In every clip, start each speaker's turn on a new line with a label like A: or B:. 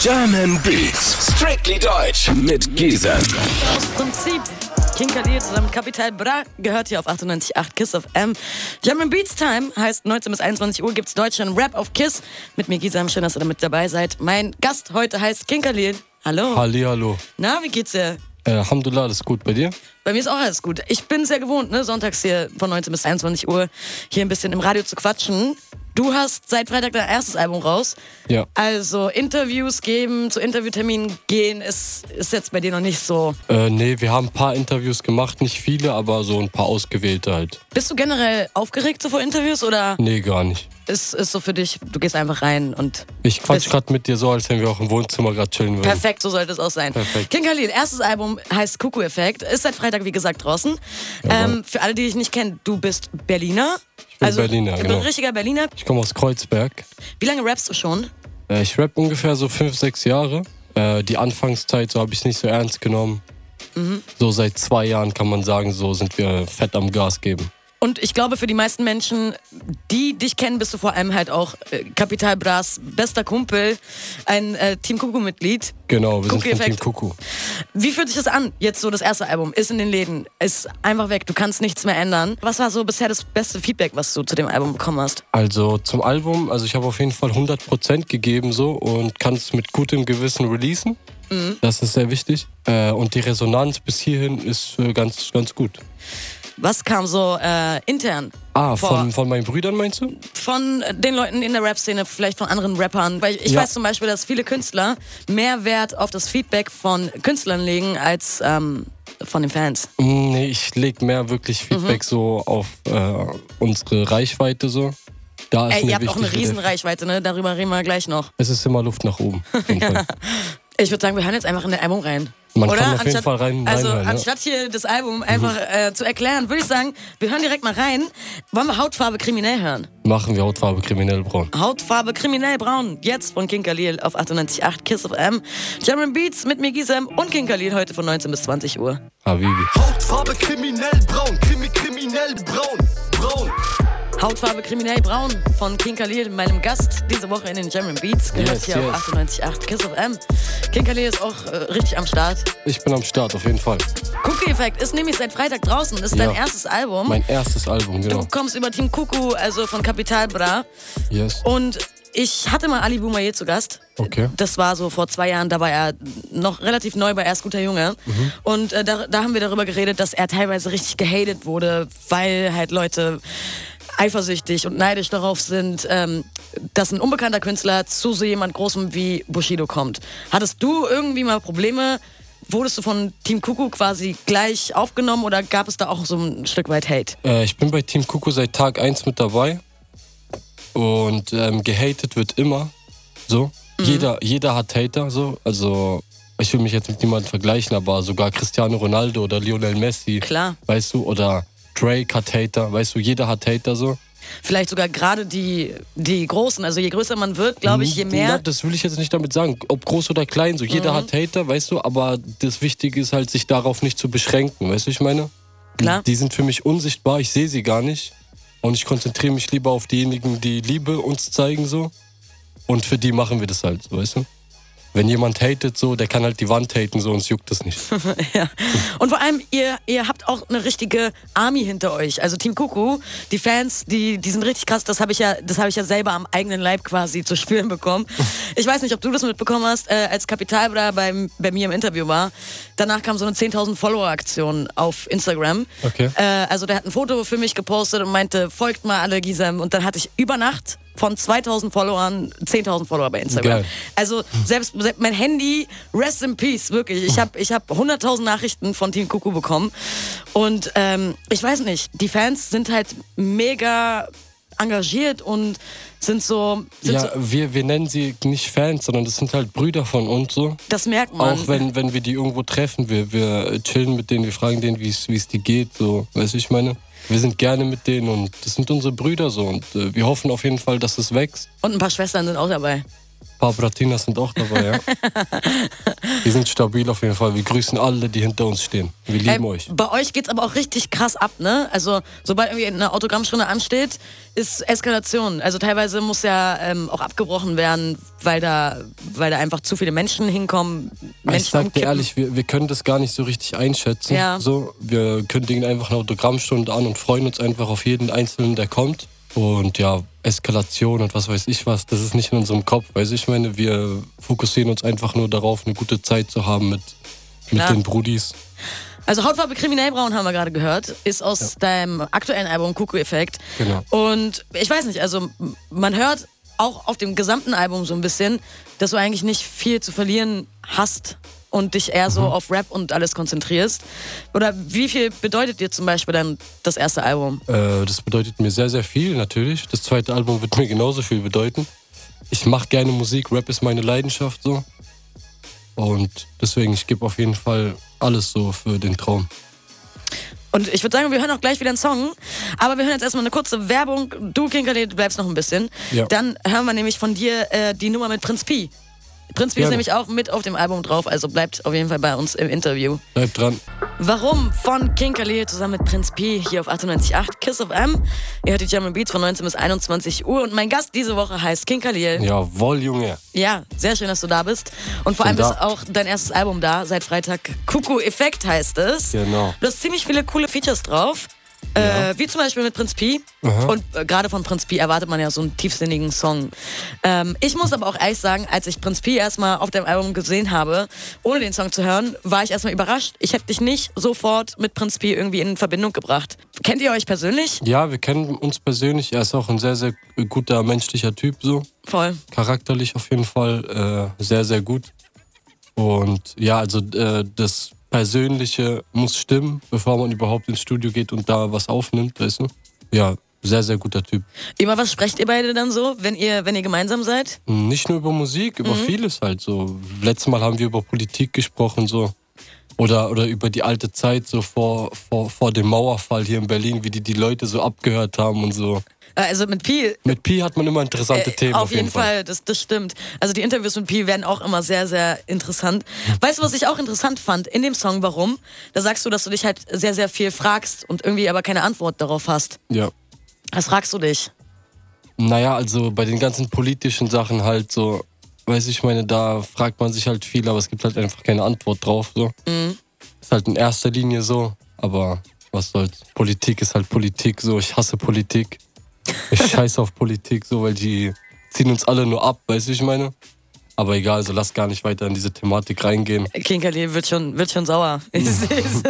A: German Beats, strictly deutsch mit Giesen.
B: Aus Prinzip. King Khalid zusammen mit Capital Bra gehört hier auf 98.8 Kiss of M. German Beats Time heißt 19 bis 21 Uhr gibt's Deutschland Rap auf Kiss. Mit mir Gisam, schön, dass ihr da mit dabei seid. Mein Gast heute heißt King Khalid. Hallo.
C: Hallihallo.
B: Na, wie geht's dir?
C: Äh, Alhamdulillah, alles gut bei dir?
B: Bei mir ist auch alles gut. Ich bin sehr gewohnt, ne, sonntags hier von 19 bis 21 Uhr hier ein bisschen im Radio zu quatschen. Du hast seit Freitag dein erstes Album raus.
C: Ja.
B: Also Interviews geben, zu Interviewterminen gehen, ist, ist jetzt bei dir noch nicht so.
C: Äh, nee, wir haben ein paar Interviews gemacht, nicht viele, aber so ein paar ausgewählte halt.
B: Bist du generell aufgeregt so vor Interviews oder
C: Nee, gar nicht.
B: ist, ist so für dich, du gehst einfach rein und
C: Ich quatsch
B: Bist-
C: gerade mit dir so, als wenn wir auch im Wohnzimmer gerade chillen würden.
B: Perfekt, so sollte es auch sein.
C: Perfekt.
B: King Khalil, erstes Album heißt Kuku Effekt, ist seit Freitag, wie gesagt, draußen. Ähm, für alle, die dich nicht kennen, du bist Berliner. Ich
C: bin Berliner,
B: du
C: genau.
B: bist richtiger Berliner.
C: Ich komme aus Kreuzberg.
B: Wie lange rappst du schon?
C: Äh, ich rap ungefähr so fünf, sechs Jahre. Äh, die Anfangszeit, so habe ich es nicht so ernst genommen. So seit zwei Jahren kann man sagen, so sind wir fett am Gas geben.
B: Und ich glaube, für die meisten Menschen, die dich kennen, bist du vor allem halt auch äh, Kapital Bras bester Kumpel, ein äh, Team Kuku-Mitglied.
C: Genau, wir sind von
B: Kuckuck-Effekt.
C: Team Kuku.
B: Wie fühlt sich das an? Jetzt so das erste Album ist in den Läden, ist einfach weg, du kannst nichts mehr ändern. Was war so bisher das beste Feedback, was du zu dem Album bekommen hast?
C: Also zum Album, also ich habe auf jeden Fall 100% gegeben so und kann es mit gutem Gewissen releasen.
B: Mhm.
C: Das ist sehr wichtig. Äh, und die Resonanz bis hierhin ist äh, ganz, ganz gut.
B: Was kam so äh, intern?
C: Ah,
B: vor?
C: von, von meinen Brüdern meinst du?
B: von den Leuten in der Rap-Szene, vielleicht von anderen Rappern. Weil ich
C: Ja.
B: weiß zum Beispiel, dass viele Künstler mehr Wert auf das Feedback von Künstlern legen als ähm, von den Fans.
C: Mm, Nee, ich lege mehr wirklich
B: Mhm.
C: Feedback so auf äh, unsere Reichweite so. Da ist
B: Ey,
C: mir
B: ihr habt auch
C: wichtig,
B: eine riesen Reichweite, ne? Darüber reden wir gleich noch.
C: Es ist immer Luft nach oben. auf jeden Fall.
B: Ich würde sagen, wir hören jetzt einfach in den Album rein.
C: Man
B: Oder?
C: kann auf jeden Fall rein-
B: Also
C: reinhören, ja.
B: anstatt hier das Album einfach äh, zu erklären, würde ich sagen, wir hören direkt mal rein. Wollen wir Hautfarbe kriminell hören?
C: Machen wir Hautfarbe kriminell braun.
B: Hautfarbe kriminell braun. Jetzt von King Khalil auf 98.8 Kiss of M. German Beats mit mir Gisem und King Khalil heute von 19 bis 20 Uhr.
C: Habibi.
D: Hautfarbe kriminell braun, krimi kriminell braun, braun.
B: Hautfarbe kriminell braun von King Khalil, meinem Gast diese Woche in den German Beats. Gehört
C: Yes,
B: hier
C: yes.
B: auf 98.8 Kiss of M. King Khalil ist auch äh, richtig am Start.
C: Ich bin am Start, auf jeden Fall.
B: Cookie Effect ist nämlich seit Freitag draußen. Ist
C: Ja.
B: dein erstes Album.
C: Mein erstes Album,
B: du
C: genau.
B: kommst über Team Kuku, also von Capital Bra.
C: Yes.
B: Und ich hatte mal Ali Boumaier zu Gast.
C: Okay.
B: Das war so vor zwei Jahren, da war er noch relativ neu bei Erst guter Junge. Und äh, da, da haben wir darüber geredet, dass er teilweise richtig gehatet wurde, weil halt Leute eifersüchtig und neidisch darauf sind, ähm, dass ein unbekannter Künstler zu so jemand Großem wie Bushido kommt. Hattest du irgendwie mal Probleme? Wurdest du von Team Kuku quasi gleich aufgenommen oder gab es da auch so ein Stück weit Hate?
C: Äh, ich bin bei Team Kuku seit Tag 1 mit dabei. Und ähm, gehatet wird immer. So. Jeder, jeder hat Hater, so. Also, ich will mich jetzt mit niemandem vergleichen, aber sogar Cristiano Ronaldo oder Lionel Messi.
B: Klar.
C: Weißt du, oder Drake hat Hater, weißt du, jeder hat Hater, so.
B: Vielleicht sogar gerade die, die Großen. Also je größer man wird, glaube ich, je
C: Na,
B: mehr.
C: Hm,
B: Mhm.
C: das will ich jetzt nicht damit sagen, ob groß oder klein, so. Jeder hat Hater, weißt du, aber das Wichtige ist halt, sich darauf nicht zu beschränken, weißt du, ich meine?
B: Klar.
C: Die sind für mich unsichtbar, ich sehe sie gar nicht. Und ich konzentriere mich lieber auf diejenigen, die Liebe uns zeigen so. Und für die machen wir das halt, so, weißt du? Wenn jemand hatet so, der kann halt die Wand haten so, uns juckt das nicht.
B: Ja. Und vor allem, ihr, ihr habt auch eine richtige Army hinter euch. Also Team Kuku, die Fans, die, die sind richtig krass. Das habe ich, ja, das hab ich ja selber am eigenen Leib quasi zu spüren bekommen. Ich weiß nicht, ob du das mitbekommen hast, äh, als Kapitalbruder bei, bei mir im Interview war. Danach kam so eine 10.000 Follower-Aktion auf Instagram.
C: Okay.
B: Äh, also der hat ein Foto für mich gepostet und meinte, folgt mal alle Gisem. Und dann hatte ich über Nacht von 2.000 Followern 10.000 Follower bei Instagram.
C: Geil.
B: Also selbst, selbst mein Handy, rest in peace, wirklich. Ich habe ich hab 100.000 Nachrichten von Team Kuku bekommen. Und ähm, ich weiß nicht, die Fans sind halt mega engagiert und sind so, sind
C: Ja,
B: so
C: wir, wir nennen sie nicht Fans, sondern das sind halt Brüder von uns so.
B: das merkt man.
C: Auch wenn, wenn wir die irgendwo treffen, wir, wir chillen mit denen, wir fragen denen, wie es wie es die geht, so, weißt du, ich meine? Wir sind gerne mit denen und das sind unsere Brüder so und äh, wir hoffen auf jeden Fall, dass es wächst.
B: und ein paar Schwestern sind auch dabei.
C: Ein paar Bratinas sind auch dabei, ja. Die sind stabil auf jeden Fall. Wir grüßen alle, die hinter uns stehen. Wir lieben
B: Ey,
C: euch.
B: Ähm, Bei euch geht's aber auch richtig krass ab, ne? Also, sobald irgendwie eine Autogrammstunde ansteht, ist Eskalation. Also, teilweise muss ja ähm, auch abgebrochen werden, weil da, weil da einfach zu viele Menschen hinkommen. Menschen
C: Ah, ich sag dir
B: umkippen.
C: ehrlich, wir, wir können das gar nicht so richtig einschätzen.
B: Ja.
C: So, wir kündigen einfach eine Autogrammstunde an und freuen uns einfach auf jeden Einzelnen, der kommt. Und ja, Eskalation und was weiß ich was, das ist nicht in unserem Kopf. Weißt du, ich meine, wir fokussieren uns einfach nur darauf, eine gute Zeit zu haben mit, mit
B: Klar.
C: den Brudis.
B: Also, Hautfarbe Kriminellbraun haben wir gerade gehört. Ist aus deinem aktuellen Album Kuku-Effekt.
C: Genau.
B: Und ich weiß nicht, also, m- man hört auch auf dem gesamten Album so ein bisschen, dass du eigentlich nicht viel zu verlieren hast und dich eher so auf Rap und alles konzentrierst. Oder wie viel bedeutet dir zum Beispiel dann das erste Album?
C: Äh, das bedeutet mir sehr, sehr viel natürlich. Das zweite Album wird mir genauso viel bedeuten. Ich mache gerne Musik, Rap ist meine Leidenschaft so. Und deswegen, ich gebe auf jeden Fall alles so für den Traum.
B: Und ich würde sagen, wir hören auch gleich wieder einen Song. Aber wir hören jetzt erstmal eine kurze Werbung. Du, Kinkerle, du bleibst noch ein bisschen.
C: Ja.
B: Dann hören wir nämlich von dir äh, die Nummer mit Prinz Pi. Prinz Pi ist
C: Gerne.
B: nämlich auch mit auf dem Album drauf, also bleibt auf jeden Fall bei uns im Interview.
C: Bleibt dran.
B: Warum von King Khalil zusammen mit Prinz P hier auf 98.8 Kiss of M. Ihr hört die German Beats von 19 bis 21 Uhr und mein Gast diese Woche heißt King Khalil.
C: Jawohl, Junge.
B: Ja, sehr schön, dass du da bist. Und vor allem
C: da.
B: ist auch dein erstes Album da, seit Freitag. Kuku Effekt heißt es.
C: Genau.
B: Du hast ziemlich viele coole Features drauf. Äh, wie zum Beispiel mit Prinz Pi. Und äh, gerade von Prinz Pi erwartet man ja so einen tiefsinnigen Song. Ähm, ich muss aber auch ehrlich sagen, als ich Prinz Pi erstmal auf dem Album gesehen habe, ohne den Song zu hören, war ich erstmal überrascht. Ich hätte dich nicht sofort mit Prinz Pi irgendwie in Verbindung gebracht. Kennt ihr euch persönlich?
C: Ja, wir kennen uns persönlich. Er ist auch ein sehr, sehr guter menschlicher Typ so.
B: Voll.
C: Charakterlich auf jeden Fall äh, sehr, sehr gut. Und ja, also äh, das Persönliche muss stimmen, bevor man überhaupt ins Studio geht und da was aufnimmt, weißt du? Ja, sehr, sehr guter Typ.
B: Über was sprecht ihr beide dann so, wenn ihr, wenn ihr gemeinsam seid?
C: Nicht nur über Musik, über vieles halt so. Letztes Mal haben wir über Politik gesprochen so. Oder, oder über die alte Zeit so vor, vor, vor dem Mauerfall hier in Berlin, wie die die Leute so abgehört haben und so.
B: Äh, Also mit Pi
C: Mit Pi hat man immer interessante
B: Äh,
C: Themen
B: auf jeden Fall, Das, das stimmt. Also die Interviews mit Pi werden auch immer sehr, sehr interessant. Weißt du, was ich auch interessant fand in dem Song Warum? Da sagst du, dass du dich halt sehr, sehr viel fragst und irgendwie aber keine Antwort darauf hast.
C: Ja.
B: Was fragst du dich?
C: Naja, also bei den ganzen politischen Sachen halt so, weiß ich meine, da fragt man sich halt viel, aber es gibt halt einfach keine Antwort drauf. So.
B: Mhm.
C: Ist halt in erster Linie so, aber was soll's. Politik ist halt Politik, so ich hasse Politik. Ich scheiße auf Politik, so, weil die ziehen uns alle nur ab, weißt du, wie ich meine? Aber egal, also lass gar nicht weiter in diese Thematik reingehen.
B: Kinkerli wird schon, wird schon sauer. Ich seh's.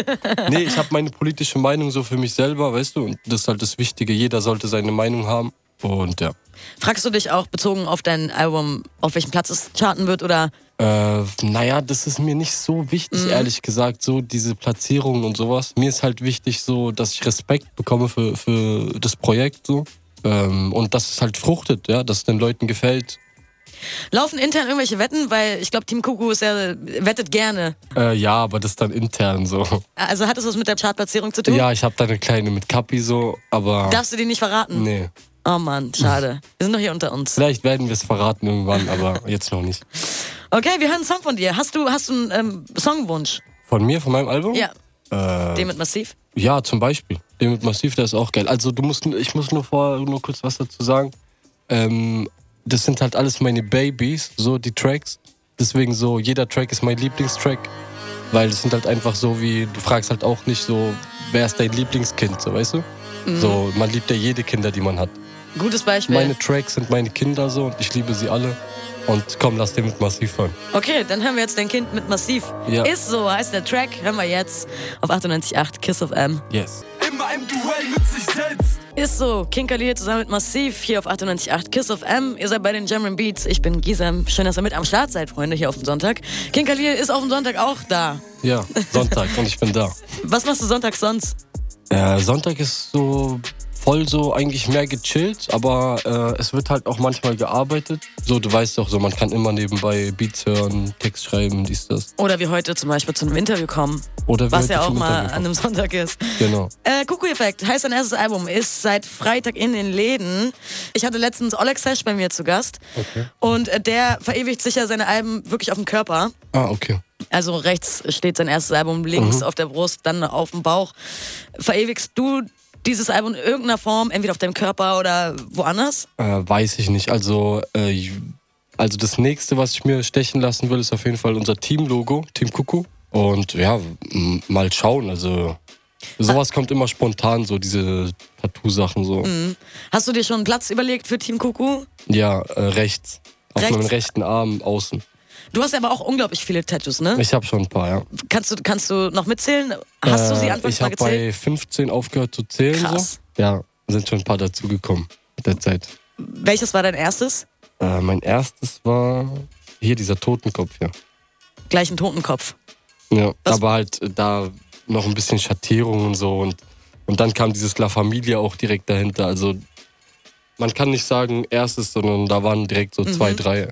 C: Nee, ich habe meine politische Meinung so für mich selber, weißt du? Und das ist halt das Wichtige. Jeder sollte seine Meinung haben. Und ja.
B: fragst du dich auch bezogen auf dein Album, auf welchen Platz es charten wird oder
C: Äh, naja, das ist mir nicht so wichtig, ehrlich gesagt, so diese Platzierungen und sowas. Mir ist halt wichtig, so, dass ich Respekt bekomme für, für das Projekt so. Ähm, und dass es halt fruchtet, ja, dass es den Leuten gefällt.
B: laufen intern irgendwelche Wetten? Weil ich glaube, Team Kuku ist ja, wettet gerne.
C: Äh, ja, aber das dann intern so.
B: Also hat es was mit der Chartplatzierung zu tun?
C: Ja, ich habe da eine kleine mit Kapi so, aber.
B: Darfst du die nicht verraten?
C: nee.
B: Oh Mann, schade. Wir sind doch hier unter uns.
C: Vielleicht werden wir es verraten irgendwann, aber jetzt noch nicht.
B: Okay, wir hören einen Song von dir. Hast du, hast du einen ähm, Songwunsch?
C: Von mir, von meinem Album?
B: Ja,
C: Äh,
B: den mit Massiv.
C: Ja, zum Beispiel. Den mit Massiv, der ist auch geil. Also du musst, ich muss nur vor, nur kurz was dazu sagen. Ähm, das sind halt alles meine Babys, so die Tracks. Deswegen so, jeder Track ist mein Lieblingstrack. Weil es sind halt einfach so wie, du fragst halt auch nicht so, wer ist dein Lieblingskind, so weißt du? So, man liebt ja jede Kinder, die man hat.
B: Gutes Beispiel.
C: Meine Tracks sind meine Kinder so und ich liebe sie alle. Und komm, lass den mit Massiv hören.
B: okay, dann hören wir jetzt dein Kind mit Massiv.
C: Ja.
B: Ist so, heißt der Track. Hören wir jetzt auf 98.8 Kiss of M.
C: Yes.
D: Immer im Duell mit sich selbst.
B: Ist so, King Khalil zusammen mit Massiv hier auf 98.8 Kiss of M. Ihr seid bei den German Beats. Ich bin Gisem. Schön, dass ihr mit am Start seid, Freunde, hier auf dem Sonntag. King Khalil ist auf dem Sonntag auch da.
C: Ja, Sonntag und ich bin da.
B: Was machst du Sonntag sonst?
C: Äh, Sonntag ist so voll so eigentlich mehr gechillt, aber äh, es wird halt auch manchmal gearbeitet. So, du weißt doch so, man kann immer nebenbei Beats hören, Text schreiben, dies, das.
B: Oder wie heute zum Beispiel zu einem Interview kommen.
C: Oder wir
B: was
C: heute
B: ja auch
C: zum
B: mal
C: Interview
B: an einem Sonntag ist.
C: Genau.
B: Äh, Kuku Effekt heißt sein erstes Album, ist seit Freitag in den Läden. Ich hatte letztens Oleg Sesh bei mir zu Gast. Und äh, der verewigt sicher seine Alben wirklich auf dem Körper.
C: Ah, okay.
B: Also rechts steht sein erstes Album, links
C: Mhm.
B: auf der Brust, dann auf dem Bauch. Verewigst du dieses Album in irgendeiner Form, entweder auf deinem Körper oder woanders?
C: Äh, weiß ich nicht. Also, äh, ju- also das nächste, was ich mir stechen lassen will, ist auf jeden Fall unser Team-Logo, Team Kuku. Und ja, m- mal schauen. Also, sowas kommt immer spontan, so diese Tattoo-Sachen so.
B: Mhm. Hast du dir schon einen Platz überlegt für Team Kuku?
C: Ja, äh, rechts. Auf
B: Rechts?
C: meinem rechten Arm außen.
B: Du hast aber auch unglaublich viele Tattoos, ne?
C: Ich habe schon ein paar, ja.
B: Kannst du, kannst du noch mitzählen? Hast du sie
C: Äh,
B: anfangs
C: Ich
B: mal
C: habe
B: gezählt?
C: bei 15 aufgehört zu zählen.
B: Krass.
C: So. Ja, sind schon ein paar dazugekommen mit der Zeit.
B: Welches war dein erstes?
C: Äh, mein erstes war hier dieser Totenkopf hier.
B: Gleich ein Totenkopf.
C: Ja,
B: Was-
C: aber halt äh, da noch ein bisschen Schattierung und so. Und, und dann kam dieses La Familia auch direkt dahinter. Also man kann nicht sagen erstes, sondern da waren direkt so zwei,
B: Mhm.
C: drei.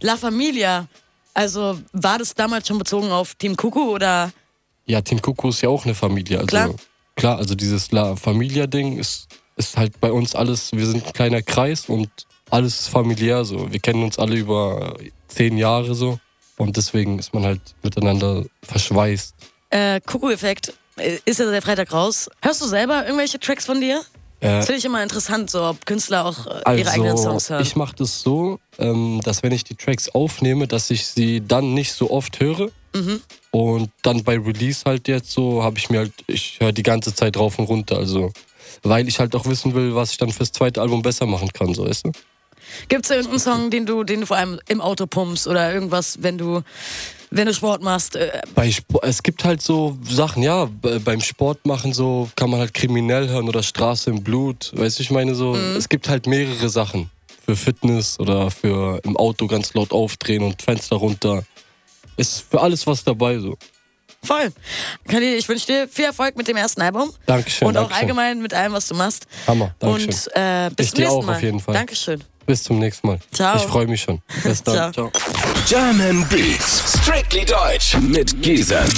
B: La Familia. Also war das damals schon bezogen auf Team Kuku oder
C: Ja, Team Kuku ist ja auch eine Familie. Also
B: Klar.
C: klar, also dieses La Familia-Ding ist, ist halt bei uns alles, wir sind ein kleiner Kreis und alles ist familiär so. Wir kennen uns alle über zehn Jahre so. Und deswegen ist man halt miteinander verschweißt.
B: äh, Kuku-Effekt? Äh, Ist ja der Freitag raus. Hörst du selber irgendwelche Tracks von dir?
C: Äh,
B: Das finde ich immer interessant, so ob Künstler auch äh, ihre eigenen Songs
C: Also,
B: hören.
C: ich mache das so, ähm, dass wenn ich die Tracks aufnehme, dass ich sie dann nicht so oft höre.
B: Mhm.
C: Und dann bei Release halt jetzt so, habe ich mir halt, ich höre die ganze Zeit rauf und runter. Also, weil ich halt auch wissen will, was ich dann fürs zweite Album besser machen kann, so weißt du?
B: Gibt es irgendeinen Song, den du, den du vor allem im Auto pumpst oder irgendwas, wenn du, wenn du Sport machst? Äh,
C: Bei Sp- es gibt halt so Sachen, ja, b- beim Sport machen so kann man halt kriminell hören oder Straße im Blut, weißt du, ich meine so,
B: Mhm.
C: es gibt halt mehrere Sachen für Fitness oder für im Auto ganz laut aufdrehen und Fenster runter. Ist für alles was dabei so.
B: voll. Khalil, ich wünsche dir viel Erfolg mit dem ersten Album.
C: Dankeschön,
B: Und auch
C: Dankeschön.
B: allgemein mit allem, was du machst.
C: Hammer, Dankeschön.
B: Und äh, bis
C: Ich
B: zum
C: dir
B: nächsten
C: auch
B: Mal.
C: auf jeden Fall.
B: Dankeschön.
C: Bis zum nächsten Mal.
B: Ciao.
C: Ich freue mich schon. Bis dann.
B: Ciao.
C: Ciao.
A: German Beats. Strictly Deutsch. Mit Giesern.